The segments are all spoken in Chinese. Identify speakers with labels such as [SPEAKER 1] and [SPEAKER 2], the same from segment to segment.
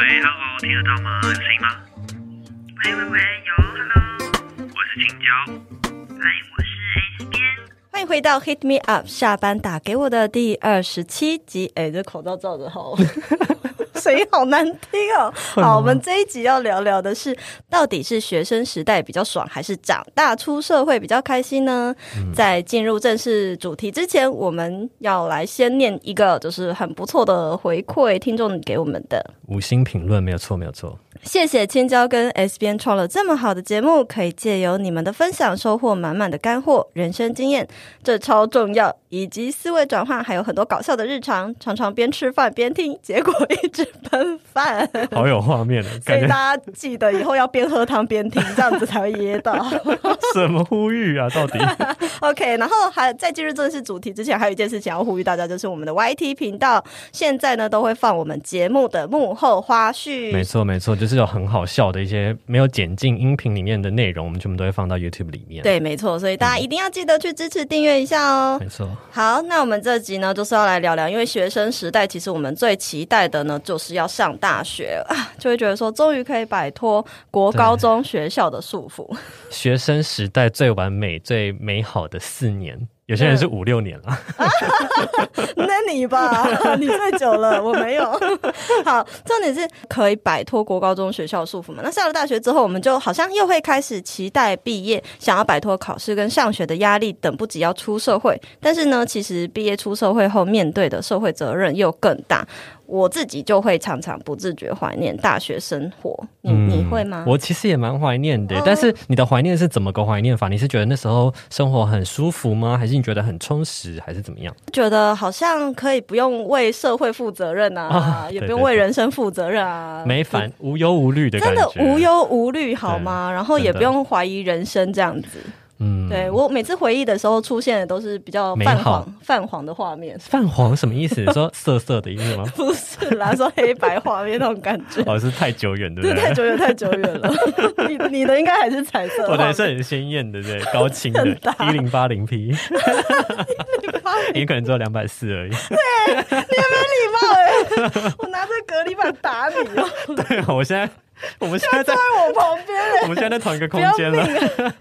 [SPEAKER 1] 听得到吗？有声音吗？
[SPEAKER 2] 喂喂喂，有，Hello，
[SPEAKER 1] 我是青椒，
[SPEAKER 2] 嗨，我是 A 这边，
[SPEAKER 3] 欢迎回到 Hit Me Up 下班打给我的第二十七集。哎，这口罩罩的好， 声音好难听哦。好，我们这一集要聊聊的是，到底是学生时代比较爽，还是长大出社会比较开心呢？在进入正式主题之前，我们要来先念一个就是很不错的回馈，听众给我们的。
[SPEAKER 4] 五星评论没有错，没有错。
[SPEAKER 3] 谢谢千娇跟 S 边创了这么好的节目，可以借由你们的分享收获满满的干货、人生经验，这超重要，以及思维转换，还有很多搞笑的日常，常常边吃饭边听，结果一直喷饭。
[SPEAKER 4] 好有画面的
[SPEAKER 3] 所
[SPEAKER 4] 感
[SPEAKER 3] 以
[SPEAKER 4] 觉，
[SPEAKER 3] 大家记得以后要边喝汤边听，这样子才会噎到。
[SPEAKER 4] 什么呼吁啊？ 到底
[SPEAKER 3] OK，然后还在进入正式主题之前，还有一件事情要呼吁大家，就是我们的 YT 频道现在呢都会放我们节目的幕后花絮，
[SPEAKER 4] 没错，没错，就是有很好笑的一些没有剪进音频里面的内容，我们全部都会放到 YouTube 里面。，
[SPEAKER 3] 对，没错，所以大家一定要记得去支持订阅一下哦
[SPEAKER 4] 没。错，
[SPEAKER 3] 好，那我们这集呢，就是要来聊聊，因为学生时代，其实我们最期待的呢，就是要上大学啊，就会觉得说，终于可以摆脱国高中学校的束缚。
[SPEAKER 4] 学生时代最完美、最美好的四年，有些
[SPEAKER 3] 嗯
[SPEAKER 4] 人是五六年了。
[SPEAKER 3] 那你吧， 你最久了，我没有。 好，重点是可以摆脱国高中学校的束缚嘛？那上了大学之后，我们就好像又会开始期待毕业，想要摆脱考试跟上学的压力，等不及要出社会。但是呢，其实毕业出社会后，面对的社会责任又更大。我自己就会常常不自觉怀念大学生活， 你、你会吗？
[SPEAKER 4] 嗯我其实也蛮怀念的，
[SPEAKER 3] 嗯
[SPEAKER 4] 但是你的怀念是怎么个怀念法？你是觉得那时候生活很舒服吗？还是你觉得很充实，还是怎么样？
[SPEAKER 3] 觉得好像可以不用为社会负责任啊，
[SPEAKER 4] 啊
[SPEAKER 3] 也不
[SPEAKER 4] 对
[SPEAKER 3] 用
[SPEAKER 4] 对
[SPEAKER 3] 为
[SPEAKER 4] 对
[SPEAKER 3] 人生负责任啊，
[SPEAKER 4] 没烦，无忧无虑的
[SPEAKER 3] 真
[SPEAKER 4] 感觉，
[SPEAKER 3] 的无。忧无虑好吗？然后也不用怀疑人生这样子。
[SPEAKER 4] 嗯，
[SPEAKER 3] 对我每次回忆的时候，出现的都是比较泛
[SPEAKER 4] 美好
[SPEAKER 3] 黄泛黄的画面，
[SPEAKER 4] 泛黄什么意思？说涩涩的意思吗？
[SPEAKER 3] 不是啦，说黑白画面那种感觉
[SPEAKER 4] 。哦，是太久远，对
[SPEAKER 3] 这
[SPEAKER 4] 不
[SPEAKER 3] 太
[SPEAKER 4] 对？
[SPEAKER 3] 久远，太久远了。 你你的应该还是彩色的画面，
[SPEAKER 4] 我的哦是很鲜艳 的，对，高清的，
[SPEAKER 3] 很大
[SPEAKER 4] 一零八零 P，
[SPEAKER 3] 你
[SPEAKER 4] 也可能只有两百四而已。
[SPEAKER 3] 没礼貌哎！ 我拿着隔离板打你哦，
[SPEAKER 4] 对，我现在，我们现在在，
[SPEAKER 3] 在我旁边哎。
[SPEAKER 4] 我们现在在同一个
[SPEAKER 3] 不
[SPEAKER 4] 空
[SPEAKER 3] 要
[SPEAKER 4] 间
[SPEAKER 3] 命
[SPEAKER 4] 了。
[SPEAKER 3] 啊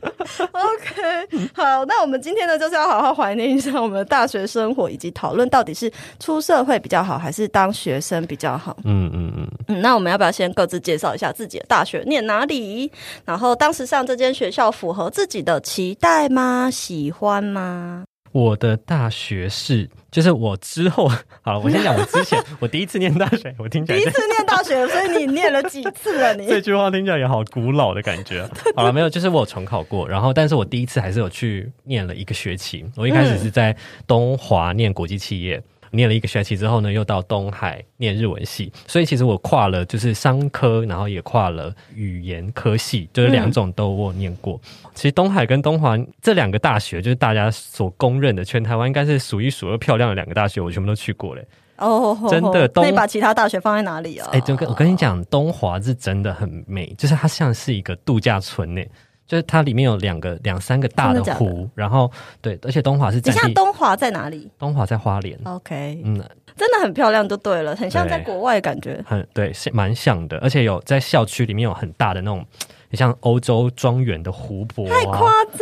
[SPEAKER 3] OK，好，那我们今天呢，就是要好好怀念一下我们的大学生活，以及讨论到底是出社会比较好，还是当学生比较好。
[SPEAKER 4] 嗯嗯嗯，
[SPEAKER 3] 嗯，那我们要不要先各自介绍一下自己的大学念哪里？然后当时上这间学校符合自己的期待吗？喜欢吗？
[SPEAKER 4] 我的大学是，就是我之后，好了，我先讲我之前，我第一次念大学，我听
[SPEAKER 3] 第
[SPEAKER 4] 起来
[SPEAKER 3] 一次念大学，所以你念了几次了？
[SPEAKER 4] 这
[SPEAKER 3] 你
[SPEAKER 4] 句话听起来也好古老的感觉啊。好了，没有，就是我有重考过，然后但是我第一次还是有去念了一个学期。我一开始是在东华念国际企业。念了一个学期之后呢，又到东海念日文系，所以其实我跨了就是商科，然后也跨了语言科系，就是两种都我有念过。其实东海跟东华这两个大学，就是大家所公认的全台湾应该是数一数二漂亮的两个大学，我全部都去过嘞。
[SPEAKER 3] 哦，
[SPEAKER 4] 真的
[SPEAKER 3] 那你
[SPEAKER 4] 东
[SPEAKER 3] 把其他大学放在哪里啊？
[SPEAKER 4] 哎、就跟我跟你讲，东华是真的很美，就是它像是一个度假村呢，就是它里面有两个两三个大
[SPEAKER 3] 真的假的
[SPEAKER 4] 湖，然后对，而且东华是
[SPEAKER 3] 等
[SPEAKER 4] 占
[SPEAKER 3] 一下
[SPEAKER 4] 地，
[SPEAKER 3] 东华在哪里
[SPEAKER 4] 东华在花莲，
[SPEAKER 3] ？OK，
[SPEAKER 4] 嗯，
[SPEAKER 3] 真的很漂亮，就对了，很像
[SPEAKER 4] 对
[SPEAKER 3] 在国外的感觉。
[SPEAKER 4] 很对，是蛮像的，而且有在校区里面有很大的那种，很像欧洲庄园的湖泊、啊，
[SPEAKER 3] 太夸张！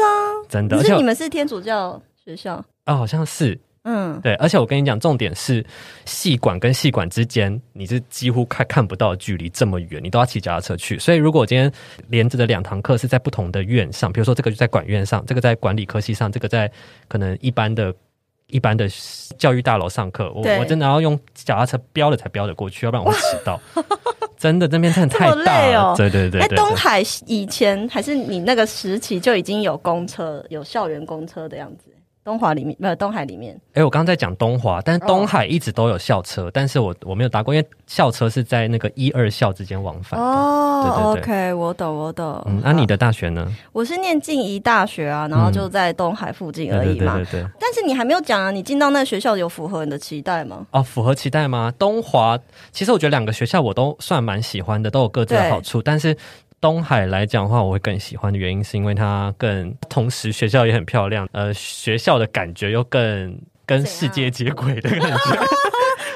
[SPEAKER 4] 真的，
[SPEAKER 3] 可
[SPEAKER 4] 而
[SPEAKER 3] 是
[SPEAKER 4] 且
[SPEAKER 3] 你
[SPEAKER 4] 我
[SPEAKER 3] 们是天主教学校，
[SPEAKER 4] 哦，好像是
[SPEAKER 3] 嗯，
[SPEAKER 4] 对，而且我跟你讲，重点是细管跟细管之间，你是几乎看看不到的距离，这么远，你都要骑脚踏车去。所以如果我今天连着的两堂课是在不同的院上，比如说这个就在管院上，这个在管理科系上，这个在可能一般的。一般的教育大楼上课，我
[SPEAKER 3] 对
[SPEAKER 4] 我真的要用脚踏车飙了才飙得过去，要不然我会迟 到。真的，那边真的太
[SPEAKER 3] 这么
[SPEAKER 4] 大
[SPEAKER 3] 累
[SPEAKER 4] 了。
[SPEAKER 3] 哦
[SPEAKER 4] 对对对
[SPEAKER 3] 哎，
[SPEAKER 4] 对对
[SPEAKER 3] 东海以前还是你那个时期就已经有公车，有校园公车的样子。东华里面，不是东海里面，
[SPEAKER 4] 哎、我刚刚在讲东华，但
[SPEAKER 3] 哦
[SPEAKER 4] 是东海一直都有校车，但是我我没有搭过，因为校车是在那个一二校之间往返的。
[SPEAKER 3] 哦
[SPEAKER 4] 对对
[SPEAKER 3] OK，我懂，我懂。
[SPEAKER 4] 嗯，那、
[SPEAKER 3] 啊
[SPEAKER 4] 你的大学呢？
[SPEAKER 3] 我是念静宜大学啊，然后就在东海附近而已嘛。
[SPEAKER 4] 嗯对对对对对。
[SPEAKER 3] 但是你还没有讲啊，你进到那学校有符合你的期待吗？
[SPEAKER 4] 哦，符合期待吗？东华，其实我觉得两个学校我都算蛮喜欢的，都有各自的好处。但是东海来讲的话，我会更喜欢的原因是因为它更，同时学校也很漂亮，呃，学校的感觉又更跟
[SPEAKER 3] 怎样
[SPEAKER 4] 世界接轨的感觉。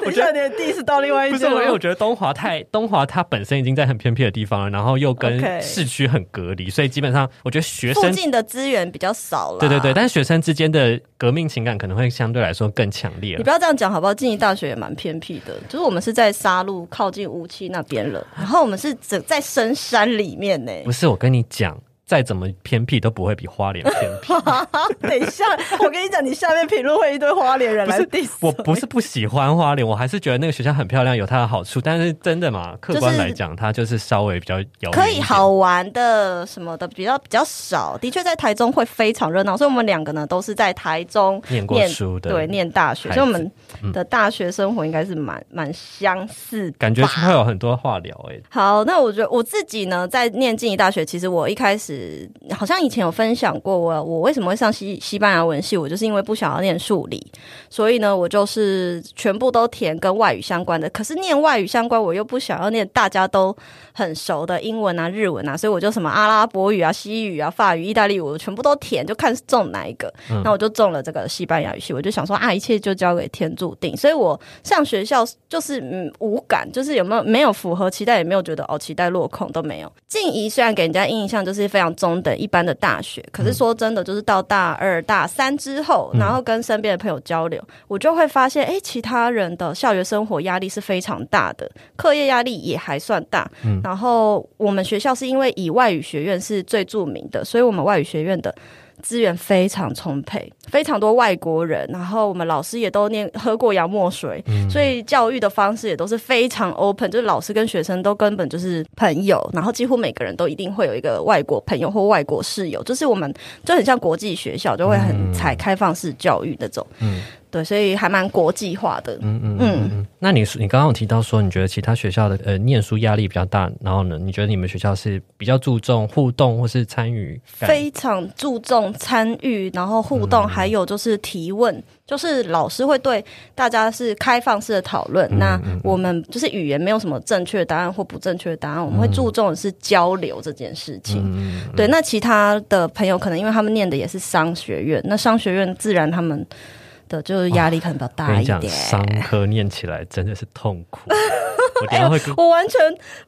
[SPEAKER 3] 我觉得哎你的 diss 到另外一
[SPEAKER 4] 不是，
[SPEAKER 3] 间
[SPEAKER 4] 因
[SPEAKER 3] 了，
[SPEAKER 4] 为我觉得东华太东华它本身已经在很偏僻的地方了，然后又
[SPEAKER 3] OK
[SPEAKER 4] 跟市区很隔离，所以基本上我觉得学
[SPEAKER 3] 附
[SPEAKER 4] 生
[SPEAKER 3] 近的资源比较少了。
[SPEAKER 4] 对对对，但是学生之间的革命情感可能会相对来说更强烈
[SPEAKER 3] 你。不要这样讲好不好？静宜大学也蛮偏僻的，就是我们是在沙鹿靠近乌溪那边了，然后我们是整在深山里面呢、
[SPEAKER 4] 不是，我跟你讲，再怎么偏僻都不会比花莲偏 僻。
[SPEAKER 3] 等一下，我跟你讲，你下面评论会一堆花莲人
[SPEAKER 4] 不
[SPEAKER 3] 来
[SPEAKER 4] 是
[SPEAKER 3] diss，，
[SPEAKER 4] 我不是不喜欢花莲，我还是觉得那个学校很漂亮，有它的好处。但是真的嘛，客观来讲，它就是稍微比较遥远一点
[SPEAKER 3] 可以好玩的什么的比较比较少，的确在台中会非常热闹，所以我们两个呢都是在台中
[SPEAKER 4] 念过书的，
[SPEAKER 3] 对，念大学，
[SPEAKER 4] 孩
[SPEAKER 3] 所以我
[SPEAKER 4] 子嗯
[SPEAKER 3] 们的大学生活应该是蛮蛮相似
[SPEAKER 4] 感觉是会有很多话聊哎、
[SPEAKER 3] 好，那我觉得我自己呢，在念静宜大学，其实我一开始好像以前有分享过我，我为什么会上西西班牙文系，我就是因为不想要念数理，所以呢，我就是全部都填跟外语相关的。可是念外语相关，我又不想要念大家都很熟的英文啊、日文啊，所以我就什么阿拉伯语啊、西语啊、法语、意大利语，我全部都填，就看中哪一个。那我就中了这个西班牙语系，我就想说啊，一切就交给天注定。所以我上学校就是嗯无感，就是有没有没有符合期待，也没有觉得哦期待落空都没有。静怡虽然给人家印象就是非常中等一般的大学，可是说真的，就是到大二大三之后，然后跟身边的朋友交流，我就会发现，哎，其他人的校园生活压力是非常大的，课业压力也还算大。然后我们学校是因为以外语学院是最著名的，所以我们外语学院的资源非常充沛，非常多外国人，然后我们老师也都念喝过洋墨水，
[SPEAKER 4] 嗯
[SPEAKER 3] 所以教育的方式也都是非常 open，就是老师跟学生都根本就是朋友，然后几乎每个人都一定会有一个外国朋友或外国室友，就是我们就很像国际学校，就会很采开放式教育那种，
[SPEAKER 4] 嗯
[SPEAKER 3] 对，所以还蛮国际化的。
[SPEAKER 4] 嗯嗯嗯嗯。那你说你刚刚有提到说，你觉得其他学校的呃念书压力比较大，然后呢，你觉得你们学校是比较注重互动或是参与感？嗯
[SPEAKER 3] 非常注重参与，然后互动，还有就是提问，就是老师会对大家是开放式的讨论。
[SPEAKER 4] 嗯
[SPEAKER 3] 那我们就是语言没有什么正确答案或不正确答案，我们会注重的是交流这件事情。
[SPEAKER 4] 嗯
[SPEAKER 3] 对，那其他的朋友可能因为他们念的也是商学院，那商学院自然他们的就是压力可能比较
[SPEAKER 4] 我跟
[SPEAKER 3] 大
[SPEAKER 4] 你
[SPEAKER 3] 一
[SPEAKER 4] 讲，
[SPEAKER 3] 点。
[SPEAKER 4] 商科念起来真的是痛 苦。我等一下会跟。
[SPEAKER 3] 我完全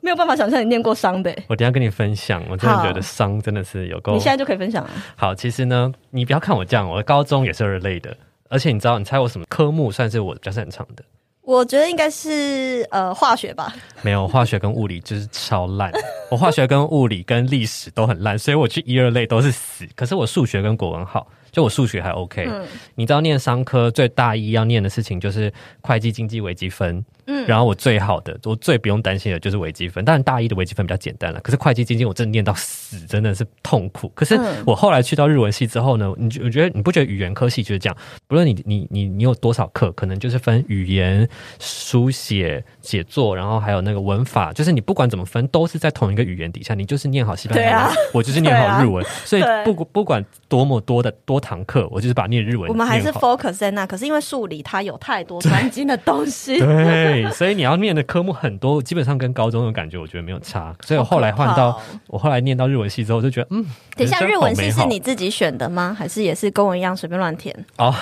[SPEAKER 3] 没有办法想象你念过商的、欸
[SPEAKER 4] 我等一下跟你分享，我真的
[SPEAKER 3] 好
[SPEAKER 4] 觉得商真的是有够
[SPEAKER 3] 你现在就可以分享啊。
[SPEAKER 4] 好，其实呢，你不要看我这样，我高中也是二类的，而且你知道，你猜我什么科目算是我比较擅长的？
[SPEAKER 3] 我觉得应该是呃化学吧，
[SPEAKER 4] 没有，化学跟物理就是超烂，我化学跟物理跟历史都很烂，所以我去一二类都是死。可是我数学跟国文好，就我数学还 OK。你知道念商科最大一要念的事情就是会计、经济、微积分。嗯，然后我最好的，我最不用担心的就是微积分。当然大一的微积分比较简单了，可是会计、经济我真的念到死，真的是痛苦。可是我后来去到日文系之后呢，你就我觉得你不觉得语言科系就是这样？不论你你你你有多少课，可能就是分语言、书写、写作，然后还有那个文法，就是你不管怎么分，都是在同一个语言底下，你就是念好西班牙文，
[SPEAKER 3] 对啊
[SPEAKER 4] 我就是念好日文，所以
[SPEAKER 3] 对
[SPEAKER 4] 不不管多么多的多堂课，我就是把念日文念好，
[SPEAKER 3] 我们还是 focus 在那，可是因为数理它有太 多专精的东西，
[SPEAKER 4] 对，所以你要念的科目很多，基本上跟高中的感觉我觉得没有差，所以我后来换到、
[SPEAKER 3] 好可怕哦
[SPEAKER 4] 我后来念到日文系之后，我就觉得嗯，
[SPEAKER 3] 等一下，
[SPEAKER 4] 人
[SPEAKER 3] 日
[SPEAKER 4] 生好
[SPEAKER 3] 文系
[SPEAKER 4] 美
[SPEAKER 3] 是
[SPEAKER 4] 好
[SPEAKER 3] 你自己选的吗？还是也是跟我一样随便乱填？
[SPEAKER 4] 哦，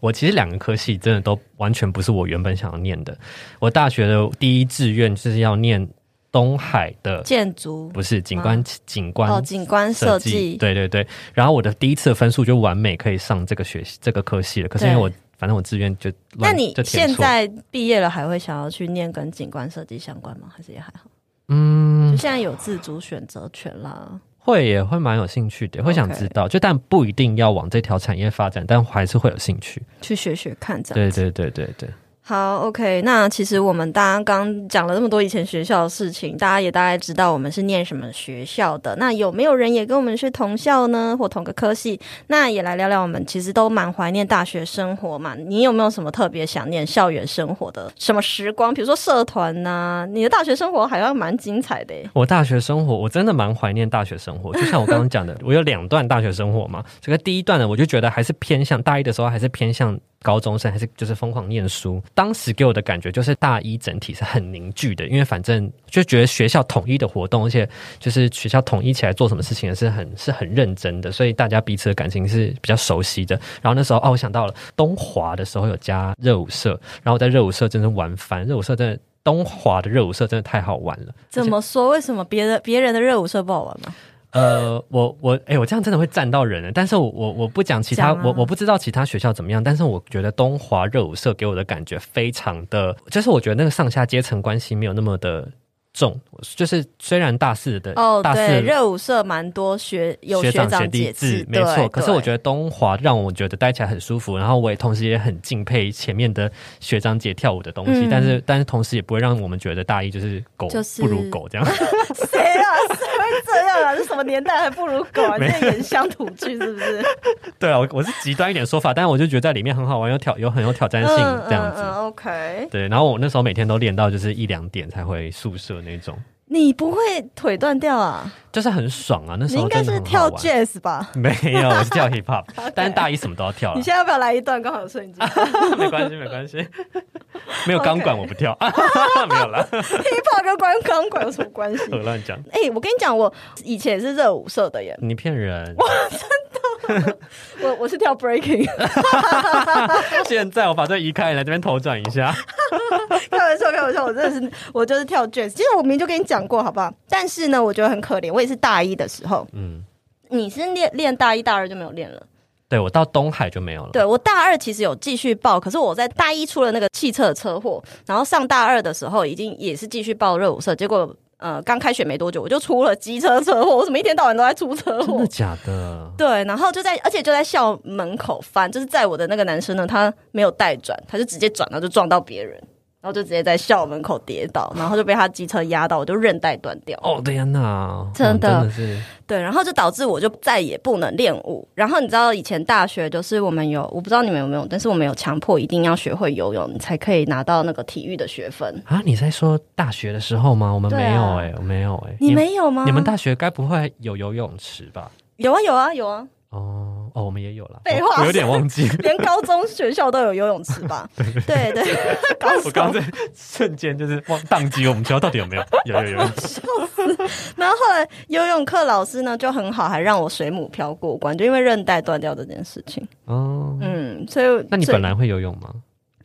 [SPEAKER 4] 我其实两个科系真的都完全不是我原本想要念的。我大学的第一志愿就是要念东海的，
[SPEAKER 3] 建筑
[SPEAKER 4] 不是景观、景观
[SPEAKER 3] 哦，景观设计，
[SPEAKER 4] 对对对。然后我的第一次的分数就完美可以上这个学系这个科系了，可是因为
[SPEAKER 3] 对
[SPEAKER 4] 我反正我志愿就
[SPEAKER 3] 那
[SPEAKER 4] 乱
[SPEAKER 3] 你
[SPEAKER 4] 就填
[SPEAKER 3] 现
[SPEAKER 4] 错
[SPEAKER 3] 在毕业了，还会想要去念跟景观设计相关吗？还是也还好？
[SPEAKER 4] 嗯
[SPEAKER 3] 就现在有自主选择权啦。
[SPEAKER 4] 会也会蛮有兴趣的，会想
[SPEAKER 3] OK
[SPEAKER 4] 知道就但不一定要往这条产业发展，但还是会有兴趣。
[SPEAKER 3] 去学学看，这样
[SPEAKER 4] 对对对对对，
[SPEAKER 3] 好，OK。那其实我们大家刚讲了那么多以前学校的事情，大家也大概知道我们是念什么学校的。那有没有人也跟我们是同校呢，或同个科系？那也来聊聊我们其实都蛮怀念大学生活嘛。你有没有什么特别想念校园生活的什么时光？比如说社团呐、你的大学生活好像蛮精彩的耶。
[SPEAKER 4] 我大学生活，我真的蛮怀念大学生活。就像我刚刚讲的，我有两段大学生活嘛。这个第一段呢，我就觉得还是偏向大一的时候，还是偏向高中生，还是就是疯狂念书。当时给我的感觉就是大一整体是很凝聚的，因为反正就觉得学校统一的活动，而且就是学校统一起来做什么事情是很是很认真的，所以大家彼此的感情是比较熟悉的。然后那时候哦，我想到了东华的时候有加热舞社，然后我在热舞社真的玩翻，热舞社真的东华的热舞社真的太好玩了。
[SPEAKER 3] 怎么说？为什么别的别人的热舞社不好玩吗？
[SPEAKER 4] 呃，我我哎、我这样真的会站到人了。欸但是我我我不讲其他，
[SPEAKER 3] 讲啊
[SPEAKER 4] 我我不知道其他学校怎么样，但是我觉得东华热舞社给我的感觉非常的，就是我觉得那个上下阶层关系没有那么的重，就是虽然大四的
[SPEAKER 3] 哦，
[SPEAKER 4] 大四
[SPEAKER 3] 对，热舞社蛮多学有
[SPEAKER 4] 学
[SPEAKER 3] 长
[SPEAKER 4] 学
[SPEAKER 3] 姐
[SPEAKER 4] 弟
[SPEAKER 3] 制
[SPEAKER 4] 制，，没错。可是我觉
[SPEAKER 3] 得
[SPEAKER 4] 得东华让我觉得待起来很舒服，然后我也同时也很敬佩前面的学长姐跳舞的东西，
[SPEAKER 3] 嗯
[SPEAKER 4] 但是但是同时也不会让我们觉得大一就是狗、
[SPEAKER 3] 就是
[SPEAKER 4] 不如狗这样。
[SPEAKER 3] 谁啊，谁会这样啊？这什么年代还不如狗啊？你
[SPEAKER 4] 没
[SPEAKER 3] 在演乡土剧是不 是？
[SPEAKER 4] 对啊，我我是极端一点说法，但是我就觉得在里面很好玩，有挑有很有挑战性这样子。
[SPEAKER 3] 嗯，OK。
[SPEAKER 4] 对，然后我那时候每天都练到就是一两点才回宿舍那种，
[SPEAKER 3] 你不会腿断掉啊？
[SPEAKER 4] 就是很爽啊。那
[SPEAKER 3] 你
[SPEAKER 4] 时
[SPEAKER 3] 应
[SPEAKER 4] 候
[SPEAKER 3] 该
[SPEAKER 4] 真的
[SPEAKER 3] 是
[SPEAKER 4] 很
[SPEAKER 3] 跳
[SPEAKER 4] 好玩。
[SPEAKER 3] jazz 吧？
[SPEAKER 4] 没有，我是跳 hip hop，但是大一什么都要跳了啊
[SPEAKER 3] 你，现在要不要来一段？刚好有摄 影机。
[SPEAKER 4] 没关系，没 关系，没有钢管
[SPEAKER 3] OK
[SPEAKER 4] 我不跳， 没有啦，
[SPEAKER 3] hiphop 跟关钢管有什么关 系？
[SPEAKER 4] 我乱讲，
[SPEAKER 3] 哎、我跟你讲，我以前也是热舞社的耶，
[SPEAKER 4] 你骗人。
[SPEAKER 3] 我我是跳 breaking，
[SPEAKER 4] 现在我把这移开，来这边头转一 下。
[SPEAKER 3] 开玩笑，开玩笑，我真的是我就是跳 jazz，其实我明明就跟你讲过，好不好？但是呢，我觉得很可怜，我也是大一的时候，
[SPEAKER 4] 嗯，
[SPEAKER 3] 你是练练大一大二就没有练了，
[SPEAKER 4] 对我到东海就没有了。
[SPEAKER 3] 对我大二其实有继续报，可是我在大一出了那个汽车的车祸，然后上大二的时候已经也是继续报热舞社，结果。呃，刚开学没多久，我就出了机车车祸。我怎么一天到晚都在出车祸
[SPEAKER 4] 真的？假的？
[SPEAKER 3] 对，然后就在，而且就在校门口翻，就是在我的那个男生呢，他没有带转，他就直接转，然后就撞到别人，然后就直接在校门口跌倒，然后就被他机车压到，我就韧带断掉。
[SPEAKER 4] 哦，天哪，
[SPEAKER 3] 真的
[SPEAKER 4] 嗯真的是
[SPEAKER 3] 对，然后就导致我就再也不能练舞。然后你知道以前大学就是我们有，我不知道你们有没有，但是我们有强迫一定要学会游泳，你才可以拿到那个体育的学分。
[SPEAKER 4] 啊！你在说大学的时候吗？我们
[SPEAKER 3] 对啊
[SPEAKER 4] 没有哎、我没有哎、
[SPEAKER 3] 你没有吗？
[SPEAKER 4] 你们大学该不会有游泳池吧？
[SPEAKER 3] 有啊有啊有啊，
[SPEAKER 4] 哦哦，我们也有了，
[SPEAKER 3] 废
[SPEAKER 4] 我
[SPEAKER 3] 话
[SPEAKER 4] 我有点忘 记。
[SPEAKER 3] 连高中学校都有游泳池 吧？对对，高
[SPEAKER 4] 我
[SPEAKER 3] 中
[SPEAKER 4] 刚刚在瞬间就是忘宕机，我们学校到底有没有？有有有，
[SPEAKER 3] 然后后来游泳课老师呢就很好，还让我水母漂过关，就因为韧带断掉这件事情。
[SPEAKER 4] 哦，
[SPEAKER 3] 嗯，所以
[SPEAKER 4] 那你
[SPEAKER 3] 所以
[SPEAKER 4] 本来会游泳吗？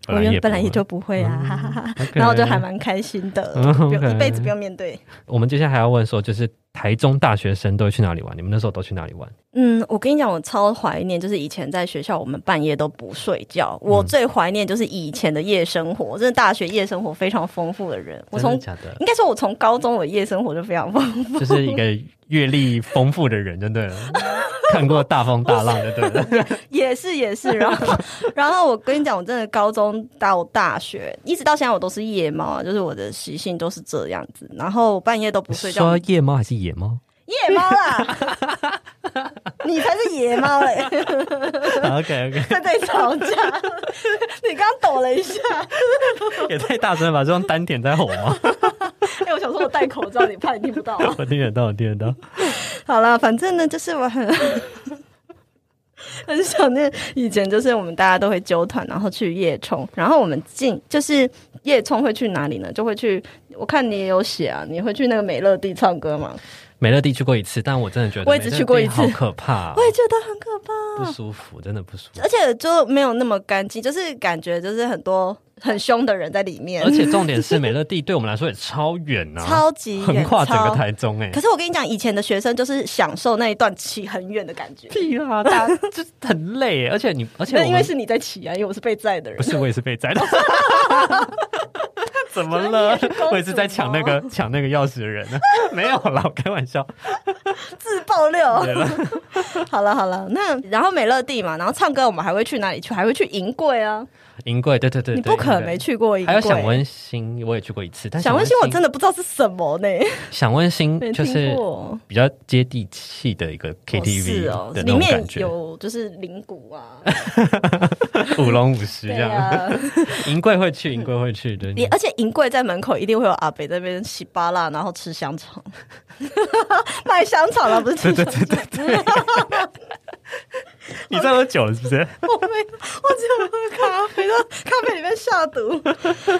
[SPEAKER 3] 我原本来也
[SPEAKER 4] 不会
[SPEAKER 3] 就不会啊，哈哈哈。
[SPEAKER 4] OK
[SPEAKER 3] 然后就还蛮开心的，
[SPEAKER 4] 嗯
[SPEAKER 3] 不用
[SPEAKER 4] OK
[SPEAKER 3] 一辈子不用面对。
[SPEAKER 4] 我们接下来还要问说，就是台中大学生都会去哪里玩？你们那时候都去哪里玩？
[SPEAKER 3] 嗯，我跟你讲，我超怀念，就是以前在学校，我们半夜都不睡觉。我
[SPEAKER 4] 嗯
[SPEAKER 3] 最怀念就是以前的夜生活，真的大学夜生活非常丰富的人。我从
[SPEAKER 4] 真的假的，
[SPEAKER 3] 应该说，我从高中我夜生活就非常丰富。
[SPEAKER 4] 就是一个阅历丰富的人，就对了，看过大风大浪，就对了。
[SPEAKER 3] 也是也是，然后 然后我跟你讲，我真的高中到大学，一直到现在我都是夜猫啊，就是我的习性都是这样子，然后我半夜都不睡觉
[SPEAKER 4] 说，夜猫还是野猫
[SPEAKER 3] 夜猫啦， 你才是野猫嘞，
[SPEAKER 4] ？OK OK，
[SPEAKER 3] 在这里吵架， 你刚刚抖了一下，
[SPEAKER 4] 也太大声了吧？这种单点在吼吗？
[SPEAKER 3] 哎、我想说我戴口罩，你怕你听不到、啊
[SPEAKER 4] 我听得到，我听得到。
[SPEAKER 3] 好啦，反正呢，就是我很很想念以前，就是我们大家都会揪团，然后去夜冲，然后我们进就是夜冲会去哪里呢？就会去，我看你也有写啊，你会去那个美乐地唱歌吗？
[SPEAKER 4] 美乐蒂去过一次，但我真的觉得
[SPEAKER 3] 我也只去过一次
[SPEAKER 4] 美乐蒂好可怕 哦、
[SPEAKER 3] 我也觉得很可怕，
[SPEAKER 4] 不舒服，真的不舒服。
[SPEAKER 3] 而且就没有那么干净，就是感觉就是很多很凶的人在里面
[SPEAKER 4] 而，且重点是，美乐蒂对我们来说也超远呐、
[SPEAKER 3] 超级
[SPEAKER 4] 横
[SPEAKER 3] 远，
[SPEAKER 4] 跨整个
[SPEAKER 3] 超
[SPEAKER 4] 台中哎、
[SPEAKER 3] 可是我跟你讲，以前的学生就是享受那一段骑很远的感觉，
[SPEAKER 4] 屁啦，大家就是很累、欸，而且你，而且
[SPEAKER 3] 那
[SPEAKER 4] 我
[SPEAKER 3] 因为
[SPEAKER 4] 们
[SPEAKER 3] 是你在骑啊，因为我是被载的人
[SPEAKER 4] 不。是，我也是 被宰的。怎么了
[SPEAKER 3] 所以你也是公主？吗
[SPEAKER 4] 我也是在抢那个抢那个钥匙的人 呢、没有啦，我开玩笑。
[SPEAKER 3] 自爆料。
[SPEAKER 4] 对了，
[SPEAKER 3] 好了好了，那然后美乐蒂嘛，然后唱歌我们还会去哪里去？还会去银柜啊！
[SPEAKER 4] 银柜，对对对，
[SPEAKER 3] 你
[SPEAKER 4] 对
[SPEAKER 3] 不可能
[SPEAKER 4] 银
[SPEAKER 3] 没
[SPEAKER 4] 柜
[SPEAKER 3] 去过银柜。
[SPEAKER 4] 还有想温馨，我也去过一次，但
[SPEAKER 3] 想温馨，我真
[SPEAKER 4] 的
[SPEAKER 3] 的不知道是什么呢，
[SPEAKER 4] 想温馨
[SPEAKER 3] 没
[SPEAKER 4] 就
[SPEAKER 3] 听
[SPEAKER 4] 是
[SPEAKER 3] 过。
[SPEAKER 4] 比较接地气的一个
[SPEAKER 3] 是
[SPEAKER 4] KTV
[SPEAKER 3] 哦，
[SPEAKER 4] 的那
[SPEAKER 3] 里
[SPEAKER 4] 种
[SPEAKER 3] 面
[SPEAKER 4] 感觉，
[SPEAKER 3] 有就是铃鼓啊，
[SPEAKER 4] 舞龙舞狮这
[SPEAKER 3] 对
[SPEAKER 4] 样。
[SPEAKER 3] 啊，
[SPEAKER 4] 银柜会去，银柜会去，对。
[SPEAKER 3] 你而且银柜在门口一定会有阿北在那边洗巴辣，然后吃香 肠，卖香肠啊了不是吃
[SPEAKER 4] 对对
[SPEAKER 3] 香肠？
[SPEAKER 4] 对对对，你在喝酒了是不是？
[SPEAKER 3] 我没有，我只有喝咖啡，都咖啡里面下毒。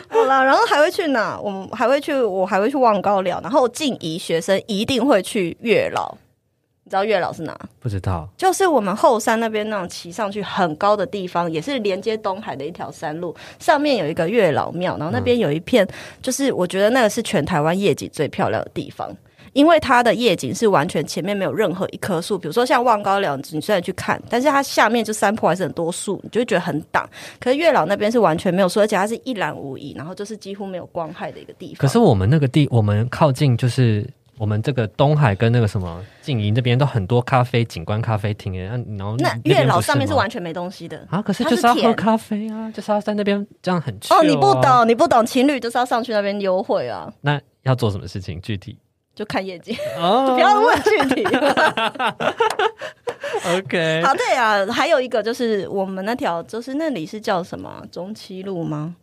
[SPEAKER 3] 好啦，然后还会去哪？我们还会去，我还会去望高寮，然后静怡学生一定会去月老。你知道月老是哪？
[SPEAKER 4] 不知道
[SPEAKER 3] 就是我们后山那边那种骑上去很高的地方，也是连接东海的一条山路，上面有一个月老庙，然后那边有一片，就是我觉得那个是全台湾夜景最漂亮的地方。因为它的夜景是完全前面没有任何一棵树，比如说像望高寮，你虽然去看，但是它下面就山坡还是很多树，你就会觉得很挡。可是月老那边是完全没有树，而且它是一览无遗，然后就是几乎没有光害的一个地方。
[SPEAKER 4] 可是我们那个地，我们靠近就是我们这个东海跟那个什么静怡那边都很多咖啡景观咖啡厅诶，啊然后
[SPEAKER 3] 那
[SPEAKER 4] 边
[SPEAKER 3] 月老
[SPEAKER 4] 不
[SPEAKER 3] 上面是
[SPEAKER 4] 吗
[SPEAKER 3] 完全没东西的，
[SPEAKER 4] 啊，可是
[SPEAKER 3] 它
[SPEAKER 4] 就是是要喝
[SPEAKER 3] 甜
[SPEAKER 4] 咖啡啊，就是要在那边这样很、啊
[SPEAKER 3] 哦，你不。懂，你不懂，情侣就是要上去那边幽会啊，
[SPEAKER 4] 那要做什么事情？具体
[SPEAKER 3] 就看夜景，
[SPEAKER 4] 哦
[SPEAKER 3] 不要问具体。
[SPEAKER 4] OK，
[SPEAKER 3] 好，对啊，还有一个就是我们那条，就是那里是叫什么啊中七路吗？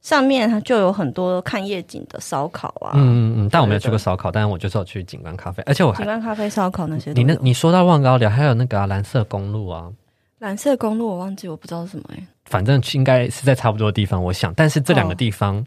[SPEAKER 3] 上面它就有很多看夜景的烧烤啊，
[SPEAKER 4] 嗯嗯嗯，但我没有
[SPEAKER 3] 对对
[SPEAKER 4] 去过烧烤，但是我就是有去景观咖啡，而且我
[SPEAKER 3] 景
[SPEAKER 4] 还
[SPEAKER 3] 观咖啡、烧烤那些都
[SPEAKER 4] 你
[SPEAKER 3] 有。
[SPEAKER 4] 那你说到望高寮，还有那个啊、蓝色公路啊，
[SPEAKER 3] 蓝色公路我忘记，我不知道是什么哎、
[SPEAKER 4] 反正应该是在差不多的地方，我想。但是这两个
[SPEAKER 3] 哦
[SPEAKER 4] 地方，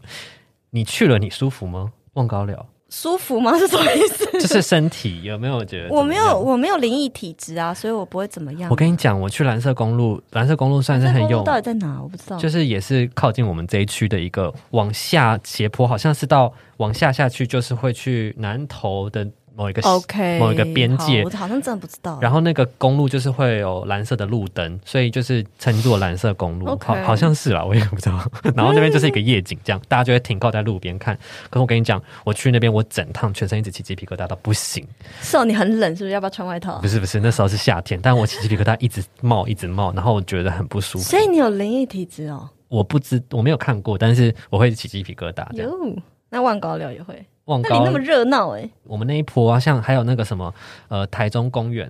[SPEAKER 4] 你去了你舒服吗？望高寮
[SPEAKER 3] 舒服吗？是什么意思？
[SPEAKER 4] 就是身体有没有觉得？
[SPEAKER 3] 我没有，。我没有灵异体质啊，所以我不会怎么样。
[SPEAKER 4] 我跟你讲，我去蓝色公路，蓝色公路算是
[SPEAKER 3] 蓝色
[SPEAKER 4] 很
[SPEAKER 3] 公
[SPEAKER 4] 有
[SPEAKER 3] 路，到底在哪？我不知道。
[SPEAKER 4] 就是也是靠近我们这一区的一个往下斜坡，好像是到往下下去，就是会去南投的某一个
[SPEAKER 3] OK，
[SPEAKER 4] 某一个边界
[SPEAKER 3] 好我好像真的不知道。
[SPEAKER 4] 然后那个公路就是会有蓝色的路灯，所以就是称作蓝色公路，
[SPEAKER 3] OK
[SPEAKER 4] 好好像是啦，我也不知道。 然后那边就是一个夜景，这样大家就会停靠在路边看。可是我跟你讲，我去那边，我整趟全身一直起鸡皮疙瘩到不行。
[SPEAKER 3] 是哦，你很冷，是不是？要不要穿外套啊
[SPEAKER 4] 不？是不是，那时候是夏天，但我起鸡皮疙瘩一直冒一直冒，然后我觉得很不舒服。
[SPEAKER 3] 所以你有灵异体质哦。
[SPEAKER 4] 我不知我没有看过，但是我会起鸡皮疙瘩这样。
[SPEAKER 3] 哟，那万高寮也会。
[SPEAKER 4] 望
[SPEAKER 3] 那里
[SPEAKER 4] 高
[SPEAKER 3] 那么热闹哎。
[SPEAKER 4] 我们那一坡啊，像还有那个什么呃台中公园，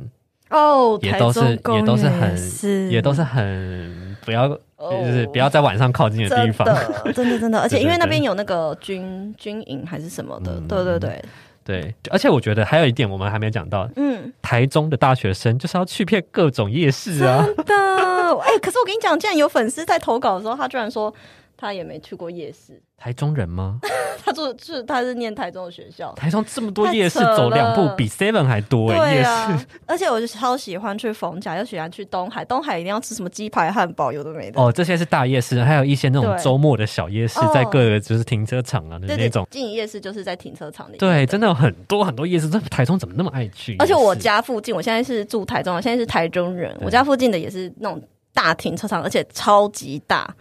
[SPEAKER 3] 哦，
[SPEAKER 4] 也都是
[SPEAKER 3] 台中公园
[SPEAKER 4] 也都是很
[SPEAKER 3] 是
[SPEAKER 4] 也都是很不要、
[SPEAKER 3] 哦
[SPEAKER 4] 就是不要在晚上靠近的地方。
[SPEAKER 3] 真的真的真 的，而且
[SPEAKER 4] 对对
[SPEAKER 3] 因为那边有那个军军营还是什么的，
[SPEAKER 4] 嗯
[SPEAKER 3] 对对对，
[SPEAKER 4] 对，而且我觉得还有一点我们还没有讲到，
[SPEAKER 3] 嗯，
[SPEAKER 4] 台中的大学生就是要去遍各种夜市啊。
[SPEAKER 3] 真的，嗯哎，可是我跟你讲，竟然有粉丝在投稿的时候，他居然说他也没去过夜市，
[SPEAKER 4] 台中人吗？
[SPEAKER 3] 他住是他是念台中的学校。
[SPEAKER 4] 台中这么多夜市
[SPEAKER 3] 太扯，了
[SPEAKER 4] 走两步比 Seven 还多哎、
[SPEAKER 3] 对
[SPEAKER 4] 夜
[SPEAKER 3] 啊
[SPEAKER 4] 市。，
[SPEAKER 3] 而且我就超喜欢去逢甲，又喜欢去东海。东海一定要吃什么鸡排、汉堡，有的没的。
[SPEAKER 4] 哦，这些是大夜市，还有一些那种
[SPEAKER 3] 对
[SPEAKER 4] 周末的小夜市
[SPEAKER 3] 哦，
[SPEAKER 4] 在各个就是停车场啊的
[SPEAKER 3] 对
[SPEAKER 4] 那
[SPEAKER 3] 对
[SPEAKER 4] 种，。
[SPEAKER 3] 静怡夜市就是在停车场里。
[SPEAKER 4] 对，真的有很多很多夜市，这台中怎么那么爱去夜市？
[SPEAKER 3] 而且我家附近，我现在是住台中，我现在是台中人，我家附近的也是那种大停车场，而且超级大。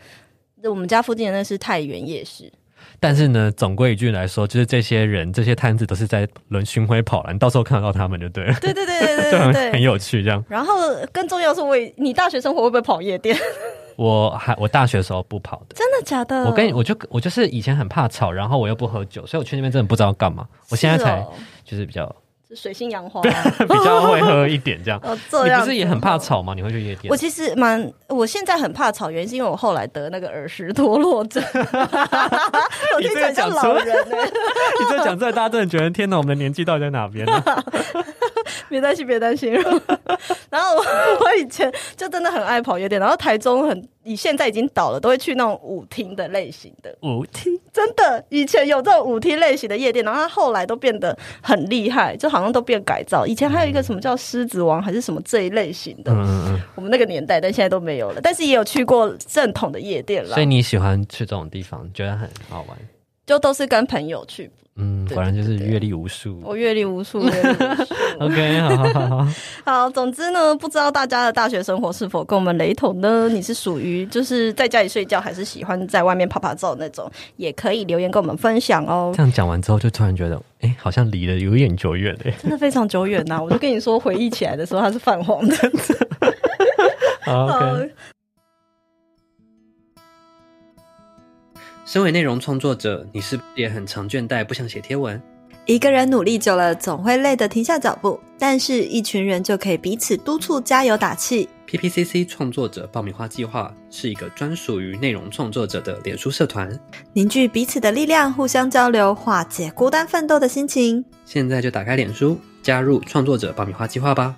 [SPEAKER 3] 我们家附近的那是太原夜市，
[SPEAKER 4] 但是呢，总归一句来说，就是这些人这些摊子都是在轮巡回跑了，你到时候看得到他们就对了，
[SPEAKER 3] 对对对对
[SPEAKER 4] 就
[SPEAKER 3] 对
[SPEAKER 4] 很
[SPEAKER 3] 对
[SPEAKER 4] 很
[SPEAKER 3] 对。
[SPEAKER 4] 有趣。这样，
[SPEAKER 3] 然后更重要的是，我也你大学生活会不会跑夜店？
[SPEAKER 4] 我还我大学的时候不跑的，
[SPEAKER 3] 真的假的？
[SPEAKER 4] 我跟你我就我就是以前很怕吵，然后我又不喝酒，所以我去那边真的不知道干嘛。我现在
[SPEAKER 3] 是
[SPEAKER 4] 才
[SPEAKER 3] 哦
[SPEAKER 4] 就是比较
[SPEAKER 3] 是水性杨花
[SPEAKER 4] 比较会喝一点这样。
[SPEAKER 3] 哦， 这
[SPEAKER 4] 你
[SPEAKER 3] 样
[SPEAKER 4] 不是也很
[SPEAKER 3] 子
[SPEAKER 4] 怕
[SPEAKER 3] 哦？
[SPEAKER 4] 吵吗？你会去夜店
[SPEAKER 3] 我？其实蛮，我现在很怕吵，原因是因为我后来得那个耳石脱落症， 我听起来像老人呢、
[SPEAKER 4] 你这讲出来，大家真的觉得天哪，我们的年纪到底在哪边呢？
[SPEAKER 3] 别担心，别担心。 然后我 我以前就真的很爱跑夜店，然后台中很，以现在已经倒了，都会去那种舞厅的类型的，
[SPEAKER 4] 舞厅
[SPEAKER 3] 真的以前有这种舞厅类型的夜店，然后它后来都变得很厉害，就好像都变改造。以前还有一个什么叫狮子王还是什么这一类型的，
[SPEAKER 4] 嗯嗯嗯。
[SPEAKER 3] 我们那个年代，但现在都没有了。但是也有去过正统的夜店啦
[SPEAKER 4] 所以，你喜欢去这种地方，觉得很好玩。
[SPEAKER 3] 就都是跟朋友去。
[SPEAKER 4] 嗯，
[SPEAKER 3] 对
[SPEAKER 4] 果然就是
[SPEAKER 3] 对对对哦
[SPEAKER 4] 阅历无数。
[SPEAKER 3] 我阅历无数，阅历无数。
[SPEAKER 4] OK，好好好好。
[SPEAKER 3] 好，总之呢，不知道大家的大学生活是否跟我们雷同呢？你是属于就是在家里睡觉，还是喜欢在外面拍拍照那种？也可以留言跟我们分享哦。
[SPEAKER 4] 这样讲完之后，就突然觉得，哎、好像离得有点久远哎、
[SPEAKER 3] 真的非常久远呐、我就跟你说，回忆起来的时候它是泛黄的。
[SPEAKER 4] 好，OK，身为内容创作者，你是不是也很常倦怠，不想写贴文？
[SPEAKER 5] 一个人努力久了，总会累得停下脚步，但是一群人就可以彼此督促、加油打气。
[SPEAKER 6] PPCC 创作者爆米花计划是一个专属于内容创作者的脸书社团，
[SPEAKER 5] 凝聚彼此的力量，互相交流，化解孤单奋斗的心情。
[SPEAKER 6] 现在就打开脸书，加入创作者爆米花计划吧。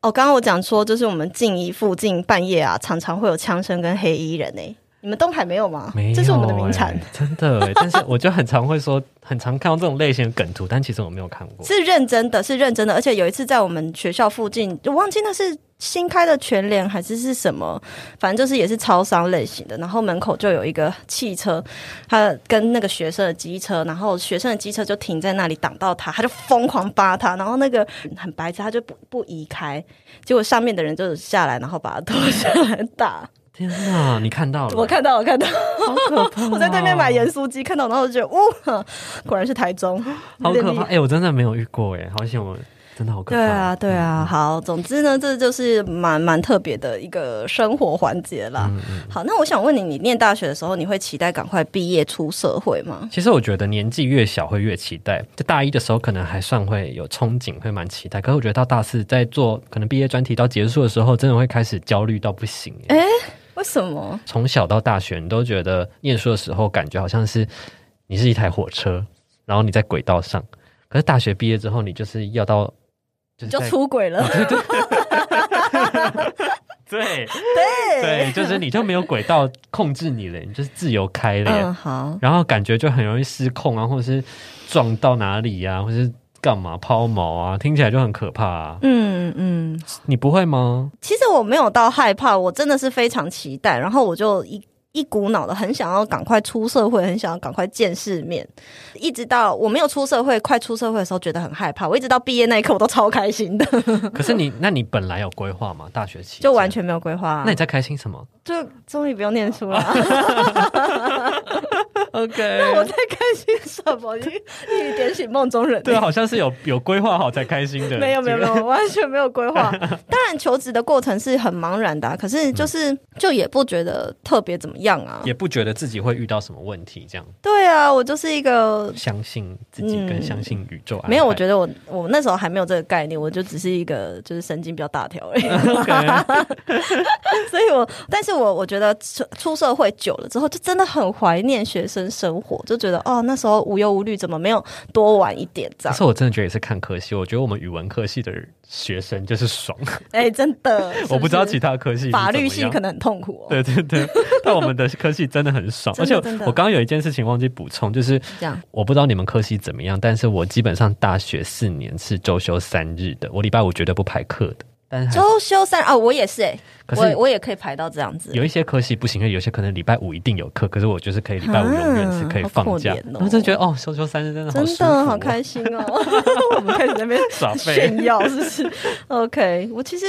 [SPEAKER 3] 哦，刚刚我讲说，就是我们静怡附近半夜啊，常常会有枪声跟黑衣人呢、欸你们东海没有吗？
[SPEAKER 4] 没有、
[SPEAKER 3] 这是我们的名产
[SPEAKER 4] 欸。真的、欸。但是我就很常会说， 很常看到这种类型的梗图，但其实我没有看过。
[SPEAKER 3] 是认真的，是认真的。而且有一次在我们学校附近，我忘记那是新开的全联还是是什么，反正就是也是超商类型的。然后门口就有一个汽车，他跟那个学生的机车，然后学生的机车就停在那里挡到他，他就疯狂扒他，然后那个很白痴，他就不不移开，结果上面的人就下来，然后把他拖下来打。
[SPEAKER 4] 天哪，你看到了？欸
[SPEAKER 3] 我看到，我看到，
[SPEAKER 4] 好可怕哦、
[SPEAKER 3] 我在对面买盐酥鸡，看到，然后就觉得，哦， 果然是台中，
[SPEAKER 4] 好
[SPEAKER 3] 有点
[SPEAKER 4] 可
[SPEAKER 3] 厉
[SPEAKER 4] 怕！
[SPEAKER 3] 害
[SPEAKER 4] 哎、我真的没有遇过哎、好险我真的好可怕。嗯
[SPEAKER 3] 对啊，对啊，好，总之呢，这就是蛮蛮特别的一个生活环节啦。
[SPEAKER 4] 嗯
[SPEAKER 3] 好，那我想问你，你念大学的时候，你会期待赶快毕业出社会吗？
[SPEAKER 4] 其实我觉得年纪越小会越期待，在大一的时候可能还算会有憧憬，会蛮期待。可是我觉得到大四在做可能毕业专题到结束的时候，真的会开始焦虑到不行、欸。
[SPEAKER 3] 为什么？
[SPEAKER 4] 从小到大学，你都觉得念书的时候感觉好像是你是一台火车，然后你在轨道上。可是大学毕业之后，你就是要到就是
[SPEAKER 3] 就
[SPEAKER 4] 在
[SPEAKER 3] 出轨
[SPEAKER 4] 哦
[SPEAKER 3] 了？
[SPEAKER 4] 对对对，就是你就没有轨道控制你了，你就是自由开了耶。
[SPEAKER 3] 嗯，好，
[SPEAKER 4] 然后感觉就很容易失控啊，或者是撞到哪里啊，或者是干嘛抛锚啊，听起来就很可怕啊。
[SPEAKER 3] 嗯嗯，
[SPEAKER 4] 你不 会吗？
[SPEAKER 3] 其实我没有到害怕，我真的是非常期待，然后我就一。一股脑的很想要赶快出社会，很想要赶快见世面，一直到我没有出社会，快出社会的时候觉得很害怕。我一直到毕业那一刻，我都超开心 的，
[SPEAKER 4] 可是你，那你本来有规划吗？大学期间
[SPEAKER 3] 就完。全没有规划、啊。
[SPEAKER 4] 那你在啊开心什么
[SPEAKER 3] 就终于不用念书了。我
[SPEAKER 4] ？OK，
[SPEAKER 3] 在开心什么？你 你点醒梦中人。
[SPEAKER 4] 对啊，好啊像是有有规划好才开心的。
[SPEAKER 3] 没有没有没
[SPEAKER 4] 这个
[SPEAKER 3] 有，我完全没有规 划。当然，求职的过程是很茫然的啊、可是就是就也不觉得特别怎么样啊。
[SPEAKER 4] 嗯也不觉得自己会遇到什么问题，这样
[SPEAKER 3] 对啊，我就是一个
[SPEAKER 4] 相信自己跟
[SPEAKER 3] 嗯
[SPEAKER 4] 相信宇宙安排。
[SPEAKER 3] 没有，我觉得我我那时候还没有这个概念，我就只是一个就是神经比较大条而已。
[SPEAKER 4] OK，
[SPEAKER 3] 所以我，但是我我觉得出出社会久了之后，就真的很怀念学生生活，就觉得哦那时候无忧无虑，怎么没有多玩一点这
[SPEAKER 4] 但
[SPEAKER 3] 样？
[SPEAKER 4] 是我真的觉得也是看科系。我觉得我们语文科系的学生就 是爽，
[SPEAKER 3] 哎、真的，是
[SPEAKER 4] 我不知道
[SPEAKER 3] 是
[SPEAKER 4] 其他科系是
[SPEAKER 3] 法
[SPEAKER 4] 怎
[SPEAKER 3] 律
[SPEAKER 4] 么
[SPEAKER 3] 系
[SPEAKER 4] 样
[SPEAKER 3] 可能很痛苦哦。
[SPEAKER 4] 对对 对，但我们的科系真的很爽，
[SPEAKER 3] 真
[SPEAKER 4] 而且
[SPEAKER 3] 的
[SPEAKER 4] 我
[SPEAKER 3] 真的
[SPEAKER 4] 我刚刚有一件事情忘记补充，就是
[SPEAKER 3] 这样
[SPEAKER 4] 我不知道你们科系怎么样，但是我基本上大学四年是周休三日的，我礼拜五绝对不排课的。但是还
[SPEAKER 3] 周休三啊，我也是哎、
[SPEAKER 4] 可是
[SPEAKER 3] 我我也可以排到这样子。
[SPEAKER 4] 有一些科系不行，因为有些可能礼拜五一定有课，可是我就是可以礼拜五永远是可以放假，
[SPEAKER 3] 啊好可怜哦
[SPEAKER 4] 然后就觉得哦，周休三日真的好
[SPEAKER 3] 真
[SPEAKER 4] 舒服、
[SPEAKER 3] 的好开心 哦！我们开始在那边
[SPEAKER 4] 耍废
[SPEAKER 3] 炫耀，是不是？OK，我其实，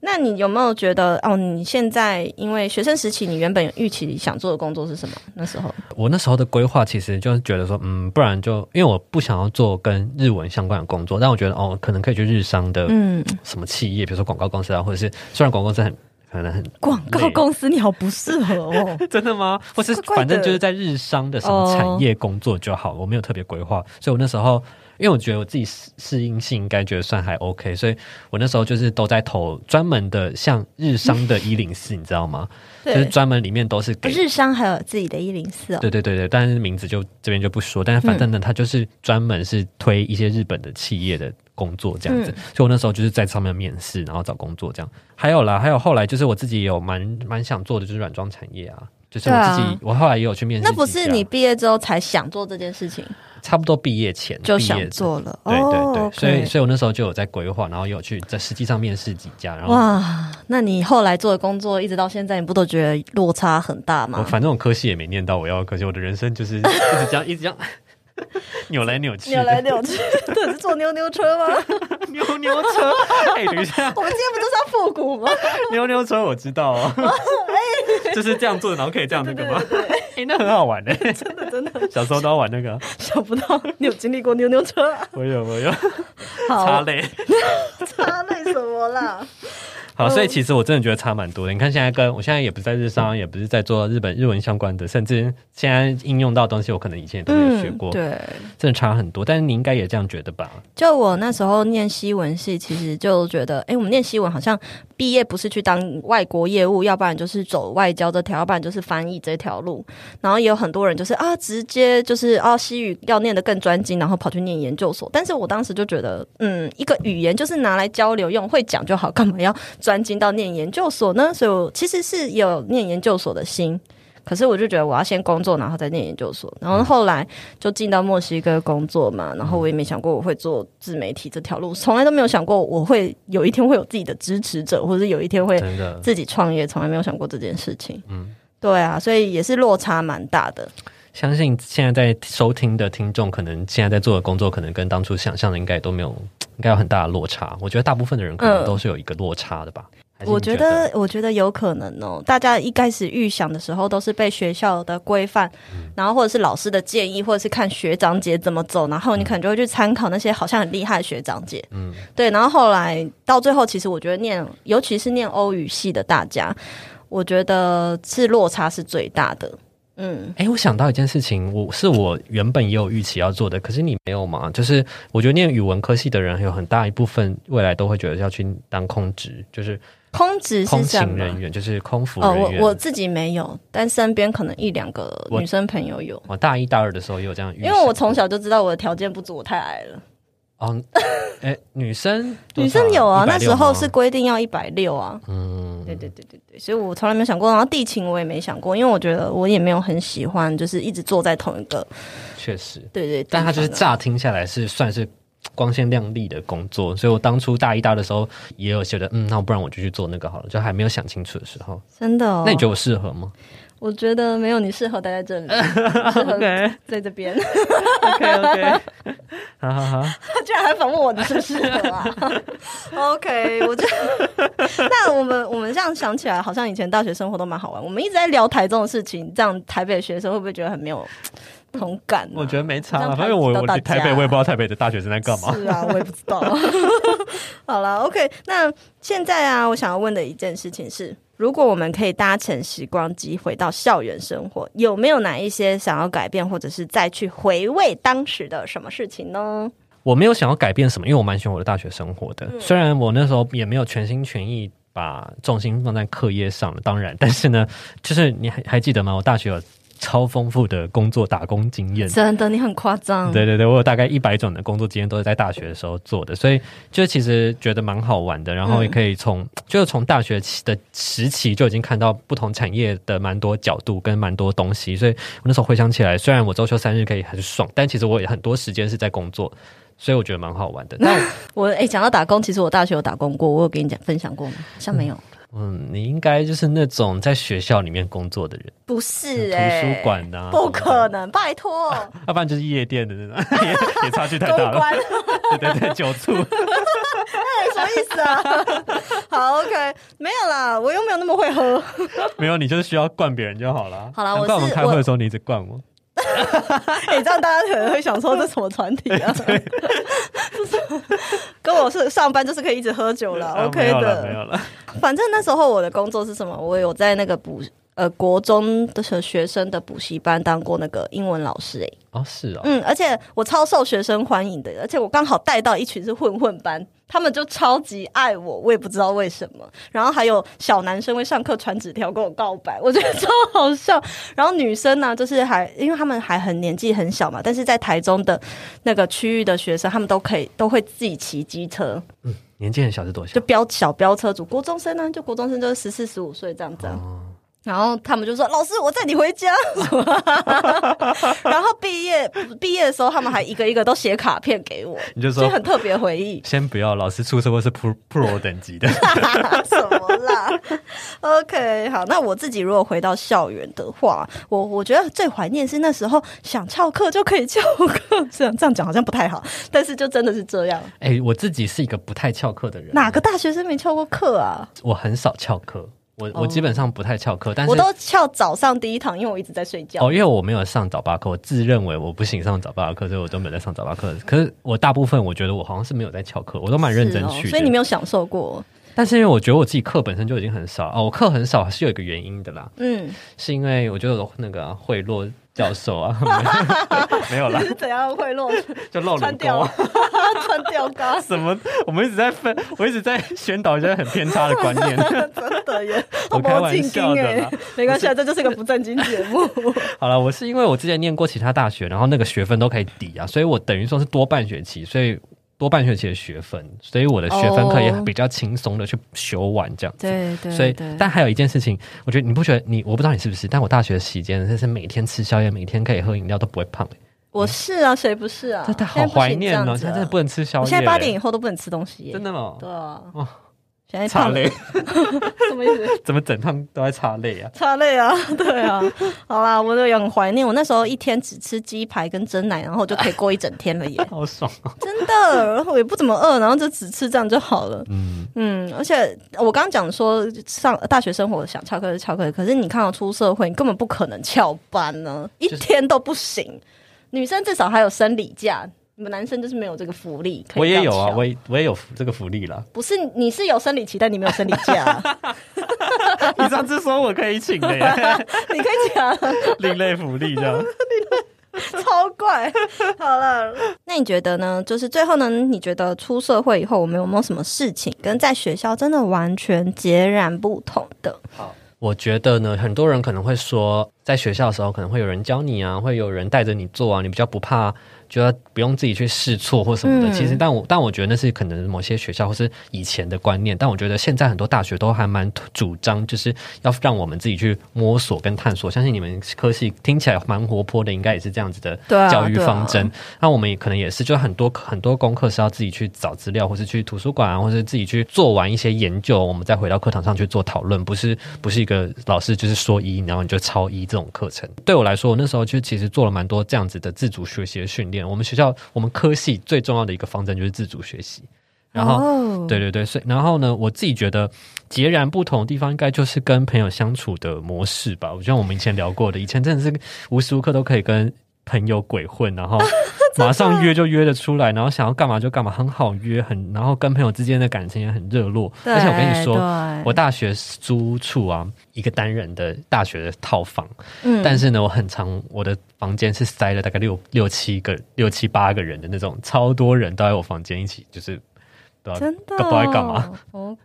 [SPEAKER 3] 那你有没有觉得哦？你现在因为学生时期，你原本预期想做的工作是什么？那时候
[SPEAKER 4] 我那时候的规划其实就是觉得说，嗯，不然就因为我不想要做跟日文相关的工作，但我觉得哦，可能可以去日商的
[SPEAKER 3] 嗯，
[SPEAKER 4] 什么企业，比如说广告公司啊，或者是虽然广告公司很可能很
[SPEAKER 3] 广告
[SPEAKER 4] 累
[SPEAKER 3] 公司你好不适合哦。
[SPEAKER 4] 真的吗？或是
[SPEAKER 3] 怪怪的
[SPEAKER 4] 反正就是在日商的什么产业工作就好，我没有特别规划，所以我那时候。因为我觉得我自己适适应性应该觉得算还 OK，所以我那时候就是都在投专门的像日商的一零四，你知道吗？就是
[SPEAKER 3] 对，
[SPEAKER 4] 专门里面都是给
[SPEAKER 3] 日商还有自己的一零四哦。
[SPEAKER 4] 对对对对，但是名字就这边就不说，但是反正呢，它就是专门是推一些日本的企业的工作这样子，
[SPEAKER 3] 嗯
[SPEAKER 4] 所以我那时候就是在上面面试，然后找工作这样。还有啦，还有后来就是我自己也有蛮蛮想做的就是软装产业啊，就是我自己、
[SPEAKER 3] 对啊
[SPEAKER 4] 我后来也有去面试几
[SPEAKER 3] 那
[SPEAKER 4] 家，
[SPEAKER 3] 不是你毕业之后才想做这件事情
[SPEAKER 4] 差不多毕业前
[SPEAKER 3] 就
[SPEAKER 4] 毕业
[SPEAKER 3] 想
[SPEAKER 4] 的。
[SPEAKER 3] 做了？
[SPEAKER 4] 对对对，
[SPEAKER 3] 哦，OK
[SPEAKER 4] 所以所以我那时候就有在规划，然后也有去在实际上面试几家，然后
[SPEAKER 3] 哇，那你后来做的工作一直到现在，你不都觉得落差很大
[SPEAKER 4] 我
[SPEAKER 3] 吗？
[SPEAKER 4] 反正我科系也没念到我要的科系，我的人生就是一直这样一直这样 扭来扭去 的，
[SPEAKER 3] 扭来扭去，这是坐牛牛车吗？
[SPEAKER 4] 扭扭车，哎、等一下，
[SPEAKER 3] 我们今天不就是要复古吗？
[SPEAKER 4] 溜溜车我知道哦，就是这样做，然后可以这样那个吗？ 哎、那很好玩的、真的真的， 小时候都要玩那个，
[SPEAKER 3] 想不到你有经历过牛牛车、啊，
[SPEAKER 4] 我有我有，
[SPEAKER 3] 好
[SPEAKER 4] 擦泪。
[SPEAKER 3] 差累什么啦？
[SPEAKER 4] 好，所以其实我真的觉得差蛮多的。你看，现在跟我现在也不是在日商，也不是在做日本日文相关的，甚至现在应用到的东西，我可能以前也都 没有学过，
[SPEAKER 3] 嗯对，
[SPEAKER 4] 真的差很多。但是你应该也这样觉得吧？
[SPEAKER 3] 就我那时候念西文系，其实就觉得，哎、我们念西文好像毕业不是去当外国业务，要不然就是走外交这条，要不然就是翻译这条路。然后也有很多人就是啊，直接就是啊，西语要念得更专精，然后跑去念研究所。但是我当时就觉得，嗯，一个语言就是拿来交流用，会讲就好，干嘛要专精到念研究所呢？所以我其实是有念研究所的心。可是我就觉得我要先工作，然后再念研究所。然后后来就进到墨西哥工作嘛，然后我也没想过我会做自媒体这条路，从来都没有想过我会有一天会有自己的支持者，或者是有一天会
[SPEAKER 4] 真的，
[SPEAKER 3] 自己创业，从来没有想过这件事情。嗯，对啊，所以也是落差蛮大的。
[SPEAKER 4] 相信现在在收听的听众，可能现在在做的工作，可能跟当初想象的应该都没有，应该有很大的落差。我觉得大部分的人可
[SPEAKER 3] 嗯
[SPEAKER 4] 能都是有一个落差的吧。还是你
[SPEAKER 3] 我觉得，我觉得有可能哦。大家一开始预想的时候，都是被学校的规范，
[SPEAKER 4] 嗯
[SPEAKER 3] 然后或者是老师的建议，或者是看学长姐怎么走，然后
[SPEAKER 4] 嗯
[SPEAKER 3] 你可能就会去参考那些好像很厉害的学长姐。嗯，对。然后后来到最后，其实我觉得念，尤其是念欧语系的大家，我觉得是落差是最大的。嗯，
[SPEAKER 4] 哎、我想到一件事情，我是我原本也有预期要做的，可是你没有嘛？就是我觉得念语文科系的人，有很大一部分未来都会觉得要去当空职，就是
[SPEAKER 3] 空职
[SPEAKER 4] 空
[SPEAKER 3] 是什
[SPEAKER 4] 勤
[SPEAKER 3] 么？
[SPEAKER 4] 人员，就是空服
[SPEAKER 3] 哦，
[SPEAKER 4] 人员。
[SPEAKER 3] 我我自己没有，但身边可能一两个
[SPEAKER 4] 我
[SPEAKER 3] 女生朋友有。
[SPEAKER 4] 我大一大二的时候也有这样的预
[SPEAKER 3] 因
[SPEAKER 4] 想，
[SPEAKER 3] 为我从小就知道我的条件不足，我太矮了。
[SPEAKER 4] 哦，哎、女生多
[SPEAKER 3] 女
[SPEAKER 4] 少
[SPEAKER 3] 生有啊，那时候
[SPEAKER 4] 160吗
[SPEAKER 3] 是规定要一百六啊。
[SPEAKER 4] 嗯，
[SPEAKER 3] 对对对对对，所以我从来没有想过。然后地勤我也没想过，因为我觉得我也没有很喜欢，就是一直坐在同一个。
[SPEAKER 4] 确实，
[SPEAKER 3] 对对，
[SPEAKER 4] 但他就是
[SPEAKER 3] 地方啊
[SPEAKER 4] 乍听下来是算是。光鲜亮丽的工作，所以我当初大一、大二的时候也有觉得，嗯，那我不然我就去做那个好了，就还没有想清楚的时候。
[SPEAKER 3] 真的、哦。
[SPEAKER 4] 那你觉得我适合吗？
[SPEAKER 3] 我觉得没有你适合待在这里，适 合在这边。
[SPEAKER 4] OK OK，好好好，
[SPEAKER 3] 他居然还反问我你是不 是适合啊？OK，我觉得那我们我们这样想起来，好像以前大学生活都蛮好玩。我们一直在聊台中的事情，这样台北学生会不会觉得很没有啊同感、
[SPEAKER 4] 我觉得。没差
[SPEAKER 3] 这
[SPEAKER 4] 啦，
[SPEAKER 3] 样
[SPEAKER 4] 反正
[SPEAKER 3] 排
[SPEAKER 4] 我
[SPEAKER 3] 挤到
[SPEAKER 4] 我
[SPEAKER 3] 大
[SPEAKER 4] 去台北，
[SPEAKER 3] 家
[SPEAKER 4] 我也不知道台北的大学生在干嘛。
[SPEAKER 3] 是 啊，我也不知道。 好了，OK，那现在啊，我想要问的一件事情是，如果我们可以搭乘时光机回到校园生活，有没有哪一些想要改变，或者是再去回味当时的什么事情呢？
[SPEAKER 4] 我没有想要改变什么，因为我蛮喜欢我的大学生活的。虽然我那时候也没有全心全意把重心放在课业上了，当然，但是呢，就是你还还记得吗？我大学有超丰富的工作打工经验，
[SPEAKER 3] 真的，你很夸张。
[SPEAKER 4] 对对对，我有大概一百种的工作经验都是在大学的时候做的，所以就其实觉得蛮好玩的。然后也可以从、就是从大学期的时期就已经看到不同产业的蛮多角度跟蛮多东西，所以我那时候回想起来，虽然我周休三日可以很爽，但其实我也很多时间是在工作。所以我觉得蛮好 玩的，但
[SPEAKER 3] 我
[SPEAKER 4] 我
[SPEAKER 3] 哎，讲、到打工，其实我大学有打工过，我有跟你讲分享过吗？好像没有。
[SPEAKER 4] 嗯，你应该就是那种在学校里面工作的人，
[SPEAKER 3] 不是哎、
[SPEAKER 4] 图书馆呐、啊，
[SPEAKER 3] 不可能，拜托，
[SPEAKER 4] 要、不然就是夜店的那种，也也差距太
[SPEAKER 3] 公
[SPEAKER 4] 大了。
[SPEAKER 3] 关。
[SPEAKER 4] 对对对，酒醋，
[SPEAKER 3] 什么意思啊？ 好，OK，没有啦，我又没有那么会喝。
[SPEAKER 4] 没有你就是需要灌别人就好了。
[SPEAKER 3] 好啦
[SPEAKER 4] 难
[SPEAKER 3] 我
[SPEAKER 4] 怪我们
[SPEAKER 3] 是
[SPEAKER 4] 开会
[SPEAKER 3] 我
[SPEAKER 4] 的时候你一直灌我。
[SPEAKER 3] 哎、这样大家可能会想说这什么团体 啊？就是 跟我是上班就是可以一直喝酒啦、
[SPEAKER 4] 啊
[SPEAKER 3] o
[SPEAKER 4] 没
[SPEAKER 3] k
[SPEAKER 4] 有了，没
[SPEAKER 3] 的。
[SPEAKER 4] 有了。
[SPEAKER 3] 反正那时候我的工作是什么？我有在那个补呃国中的学生的补习班当过那个英文老师、欸，
[SPEAKER 4] 哦，是哦，
[SPEAKER 3] 嗯，而且我超受学生欢迎的，而且我刚好带到一群是混混班，他们就超级爱我，我也不知道为什么。然后还有小男生会上课传纸条跟我告白，我觉得超好笑。然后女生呢、就是还因为他们还很年纪很小嘛，但是在台中的那个区域的学生，他们都可以都会自己骑机车，
[SPEAKER 4] 年纪很小是多小
[SPEAKER 3] 就？飙小飙车族，国中生呢、就国中生就是十四十五岁这样子啊、
[SPEAKER 4] 哦
[SPEAKER 3] 然后他们就说：“老师，我载你回家。” 然后毕业毕业的时候，他们还一个一个都写卡片给我，
[SPEAKER 4] 你就
[SPEAKER 3] 所
[SPEAKER 4] 说。
[SPEAKER 3] 以很特别回忆
[SPEAKER 4] 先不要，老师出社会是 pro pro 等级的。
[SPEAKER 3] 什么啦？OK，好，那我自己如果回到校园的话，我我觉得最怀念是那时候想翘课就可以翘课，这样这样讲好像不太好，但是就真的是这样。
[SPEAKER 4] 哎、我自己是一个不太翘课的人，
[SPEAKER 3] 哪个大学生没翘过课啊？
[SPEAKER 4] 我很少翘课，我
[SPEAKER 3] 哦
[SPEAKER 4] 我基本上不太翘课，但是
[SPEAKER 3] 我。都翘早上第一堂，因为我一直在睡觉。
[SPEAKER 4] 哦，因为我没有上早八课，我自认为我不行上早八课，所以我都没有在上 早八课。可是我大部分我觉得我好像是没有在翘课，我都蛮认真
[SPEAKER 3] 是哦
[SPEAKER 4] 去的。
[SPEAKER 3] 所以你没有享受过。
[SPEAKER 4] 但是因为我觉得我自己课本身就已经很少啊、我课很少是有一个原因的啦，
[SPEAKER 3] 嗯，
[SPEAKER 4] 是因为我觉得我那个啊贿赂教 授啊，没有啦，
[SPEAKER 3] 是怎样贿赂？
[SPEAKER 4] 就 露
[SPEAKER 3] 穿
[SPEAKER 4] 脸
[SPEAKER 3] 吊
[SPEAKER 4] 沟。
[SPEAKER 3] 穿吊嘎，
[SPEAKER 4] 什么？我们一直在分，我一直在宣导一些很偏差的观念。，
[SPEAKER 3] 真的耶
[SPEAKER 4] 我开玩笑的啦
[SPEAKER 3] 哎，没关系啊，这就是个不正经节 目。
[SPEAKER 4] 好了，我是因为我之前念过其他大学，然后那个学分都可以抵啊，所以我等于说是多半学期，所以多半学期的学分，所以我的学分可以
[SPEAKER 3] 哦
[SPEAKER 4] 比较轻松的去修完这样子。
[SPEAKER 3] 对对
[SPEAKER 4] 所以
[SPEAKER 3] 对，
[SPEAKER 4] 但还有一件事情，我觉得你不觉得你，我不知道你是不是，但我大学的期间，真是每天吃宵夜，每天可以喝饮料都不会胖、欸，
[SPEAKER 3] 我是啊，谁不是啊？
[SPEAKER 4] 真的好
[SPEAKER 3] 现在不行
[SPEAKER 4] 怀念
[SPEAKER 3] 这
[SPEAKER 4] 哦！
[SPEAKER 3] 样子
[SPEAKER 4] 现
[SPEAKER 3] 啊
[SPEAKER 4] 在真的不能吃宵夜、
[SPEAKER 3] 我现在八点以后都不能吃东西耶。
[SPEAKER 4] 欸真的 哦
[SPEAKER 3] 对，啊
[SPEAKER 4] 哦，
[SPEAKER 3] 现在
[SPEAKER 4] 擦
[SPEAKER 3] 胖
[SPEAKER 4] 泪，
[SPEAKER 3] 什么意思？
[SPEAKER 4] 怎么整趟都在擦泪啊？，
[SPEAKER 3] 擦泪啊， 对啊，好啦，我就也很怀念，我那时候一天只吃鸡排跟蒸奶，然后就可以过一整天了耶
[SPEAKER 4] 好爽哦！
[SPEAKER 3] 真的，然后也不怎么饿，然后就只吃这样就好了。
[SPEAKER 4] 嗯，
[SPEAKER 3] 嗯，而且我刚刚讲说上大学生活想翘课就翘课，可是你看到出社会，你根本不可能翘班呢、一
[SPEAKER 4] 是
[SPEAKER 3] 天都不行。女生至少还有生理假，你们男生就是没有这个福利。可以
[SPEAKER 4] 我也
[SPEAKER 3] 这样
[SPEAKER 4] 有啊，
[SPEAKER 3] 翘
[SPEAKER 4] 我也我也有福这个福利啦。
[SPEAKER 3] 不是你是有生理期，但你没有生理 假，
[SPEAKER 4] 你上次说我可以请的 耶，
[SPEAKER 3] 你可以讲。
[SPEAKER 4] 另类福利这样。
[SPEAKER 3] 超怪。好了，那你觉得呢？就是最后呢，你觉得出社会以后，我们有没有什么事情跟在学校真的完全截然不同的？
[SPEAKER 4] 我觉得呢，很多人可能会说，在学校的时候可能会有人教你啊，会有人带着你做啊，你比较不怕，觉得不用自己去试错或什么的。
[SPEAKER 3] 嗯
[SPEAKER 4] 其实，但我但我觉得那是可能某些学校或是以前的观念，但我觉得现在很多大学都还蛮主张，就是要让我们自己去摸索跟探索。相信你们科系听起来蛮活泼的，应该也是这样子的
[SPEAKER 3] 对啊
[SPEAKER 4] 教育
[SPEAKER 3] 对啊
[SPEAKER 4] 方针。那我们也可能也是，就很多很多功课是要自己去找资料，或是去图书馆啊，或是自己去做完一些研究，我们再回到课堂上去做讨论，不是不是一个老师就是说一，然后你就抄一这种课程。对我来说，我那时候就其实做了蛮多这样子的自主学习的训练。我们学校我们科系最重要的一个方针就是自主学习，然后。
[SPEAKER 3] 后
[SPEAKER 4] 对对对，所以然后呢，我自己觉得截然不同的地方，应该就是跟朋友相处的模式吧。我就像我们以前聊过的，以前真的是无时无刻都可以跟朋友鬼混，然后马上约就约得出来，然后想要干嘛就干嘛，很好约，很然后跟朋友之间的感情也很热络。而且我跟你说，
[SPEAKER 3] 哎
[SPEAKER 4] 我大学租处啊，一个单人的大学的套房，
[SPEAKER 3] 嗯
[SPEAKER 4] 但是呢，我很常我的房间是塞了大概六六七个、六七八个人的那种，超多人都在我房间一起，就是不知道
[SPEAKER 3] 真的
[SPEAKER 4] 不知道在干嘛。
[SPEAKER 3] 哦？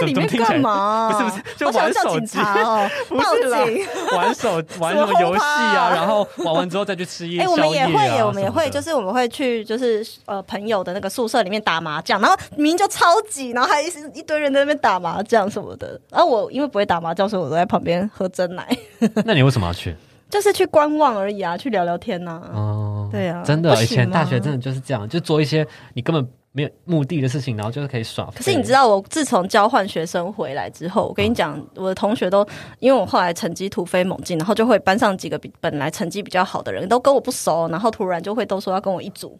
[SPEAKER 3] 在里面
[SPEAKER 4] 怎么听起来
[SPEAKER 3] 干嘛？
[SPEAKER 4] 不是不是就
[SPEAKER 3] 我想
[SPEAKER 4] 玩
[SPEAKER 3] 叫
[SPEAKER 4] 手
[SPEAKER 3] 警
[SPEAKER 4] 机
[SPEAKER 3] 察 哦，
[SPEAKER 4] 不
[SPEAKER 3] 报
[SPEAKER 4] 是啦
[SPEAKER 3] 警。
[SPEAKER 4] 玩手 玩什么游戏啊，然后玩完之后再去吃夜
[SPEAKER 3] 哎、
[SPEAKER 4] 宵
[SPEAKER 3] 我
[SPEAKER 4] 夜啊
[SPEAKER 3] 们也会耶，我们也
[SPEAKER 4] 什
[SPEAKER 3] 会，
[SPEAKER 4] 么的
[SPEAKER 3] 就是我们会去，就是呃朋友的那个宿舍里面打麻将，然后明明就超挤，然后还一一堆人在那边打麻将什么的。然后我因为不会打麻将，所以我都在旁边喝真奶，
[SPEAKER 4] 那你为什么要去？
[SPEAKER 3] 就是去观望而已啊，去聊聊天呐、
[SPEAKER 4] 哦，
[SPEAKER 3] 对啊
[SPEAKER 4] 真
[SPEAKER 3] 不
[SPEAKER 4] 的，
[SPEAKER 3] 行
[SPEAKER 4] 以前大学
[SPEAKER 3] 吗
[SPEAKER 4] 真的就是这样，就做一些你根本没有目的的事情，然后就是可以耍废。
[SPEAKER 3] 可是你知道，我自从交换学生回来之后，我
[SPEAKER 4] 嗯
[SPEAKER 3] 跟你讲，我的同学都因为我后来成绩突飞猛进，然后就会班上几个比本来成绩比较好的人都跟我不熟，然后突然就会都说要跟我一组，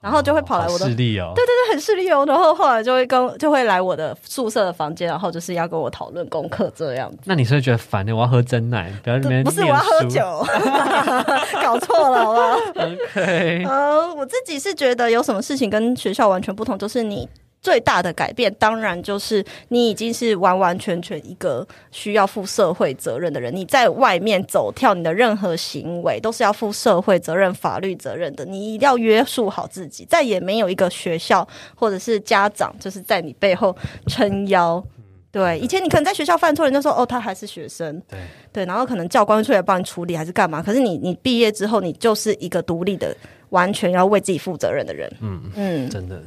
[SPEAKER 3] 然后就会跑来我的
[SPEAKER 4] 好势力哦，对对，
[SPEAKER 3] 很势利哦，然后后来就会跟就会来我的宿舍的房间，然后就是要跟我讨论功课这样子。
[SPEAKER 4] 那你是不是觉得烦的？我要喝真奶，不要在那边
[SPEAKER 3] 不是我要喝
[SPEAKER 4] 念书
[SPEAKER 3] 酒。， 搞错了好不好？
[SPEAKER 4] OK，
[SPEAKER 3] 呃，我自己是觉得有什么事情跟学校完全不同，就是你最大的改变，当然就是你已经是完完全全一个需要负社会责任的人。你在外面走跳，你的任何行为都是要负社会责任、法律责任的，你一定要约束好自己。再也没有一个学校或者是家长就是在你背后撑腰。对，以前你可能在学校犯错，人家说哦，他还是学生，
[SPEAKER 4] 对
[SPEAKER 3] 对，然后可能教官会出来帮你处理还是干嘛，可是你你毕业之后，你就是一个独立的，完全要为自己负责任的人。
[SPEAKER 4] 嗯，
[SPEAKER 3] 嗯，
[SPEAKER 4] 真的。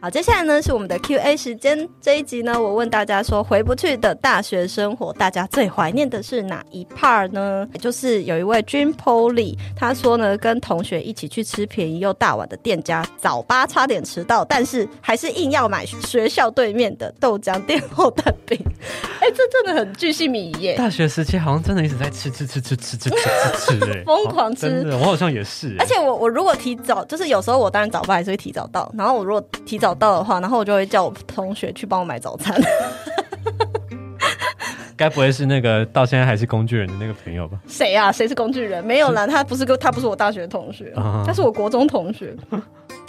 [SPEAKER 3] 好，接下来呢是我们的 Q&A 时间。这一集呢，我问大家说，回不去的大学生活，大家最怀念的是哪一 part 呢？就是有一位 Dream Polly，他说呢，跟同学一起去吃便宜又大碗的店家，早八差点迟到，但是还是硬要买学校对面的豆浆店厚蛋饼。 哎、这真的很巨细靡遗耶。
[SPEAKER 4] 大学时期好像真的一直在吃吃吃吃吃吃吃吃吃，哎
[SPEAKER 3] 疯狂吃
[SPEAKER 4] 真的，我好像也是，哎
[SPEAKER 3] 而且我我如果提早，就是有时候我当然早八还是会提早到，然后我如果提早到的话，然后我就会叫我同学去帮我买早餐。
[SPEAKER 4] 该不会是那个到现在还是工具人的那个朋友吧？
[SPEAKER 3] 谁呀、啊？谁是工具人？没有啦，他不是个，他不是我大学同学
[SPEAKER 4] 啊，
[SPEAKER 3] 他是我国中同学。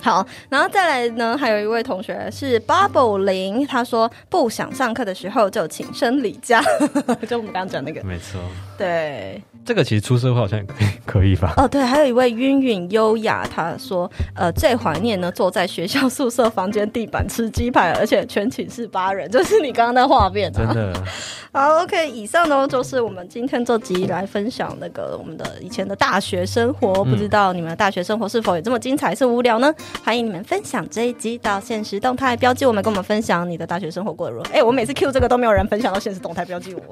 [SPEAKER 3] 好，然后再来呢，还有一位同学是 Bubble 零，他说不想上课的时候就请生理假， 就我们刚刚讲那个。
[SPEAKER 4] 没错，
[SPEAKER 3] 对，
[SPEAKER 4] 这个其实出社会好像也可以可以吧？
[SPEAKER 3] 哦对，还有一位晕晕优雅，他说呃最怀念呢坐在学校宿舍房间地板吃鸡排，而且全寝室八人， 就是你刚刚那画面、啊，
[SPEAKER 4] 真 的，
[SPEAKER 3] 好，OK，以上呢就是我们今天这集来分享那个我们的以前的大学生活。不知道你们的大学生活是否也这么精彩，是无聊呢？欢迎你们分享这一集到现实动态标记我们，跟我们分享你的大学生活过得如何。哎、我每次 Q 这个都没有人分享到现实动态标记我，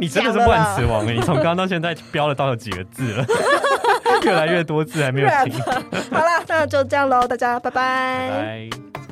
[SPEAKER 4] 你真的是万磁王哎！你从刚刚到现在标了到有几个字了？ 越来越多字还没有停。
[SPEAKER 3] 好啦，那就这样喽，大家拜拜
[SPEAKER 4] 拜。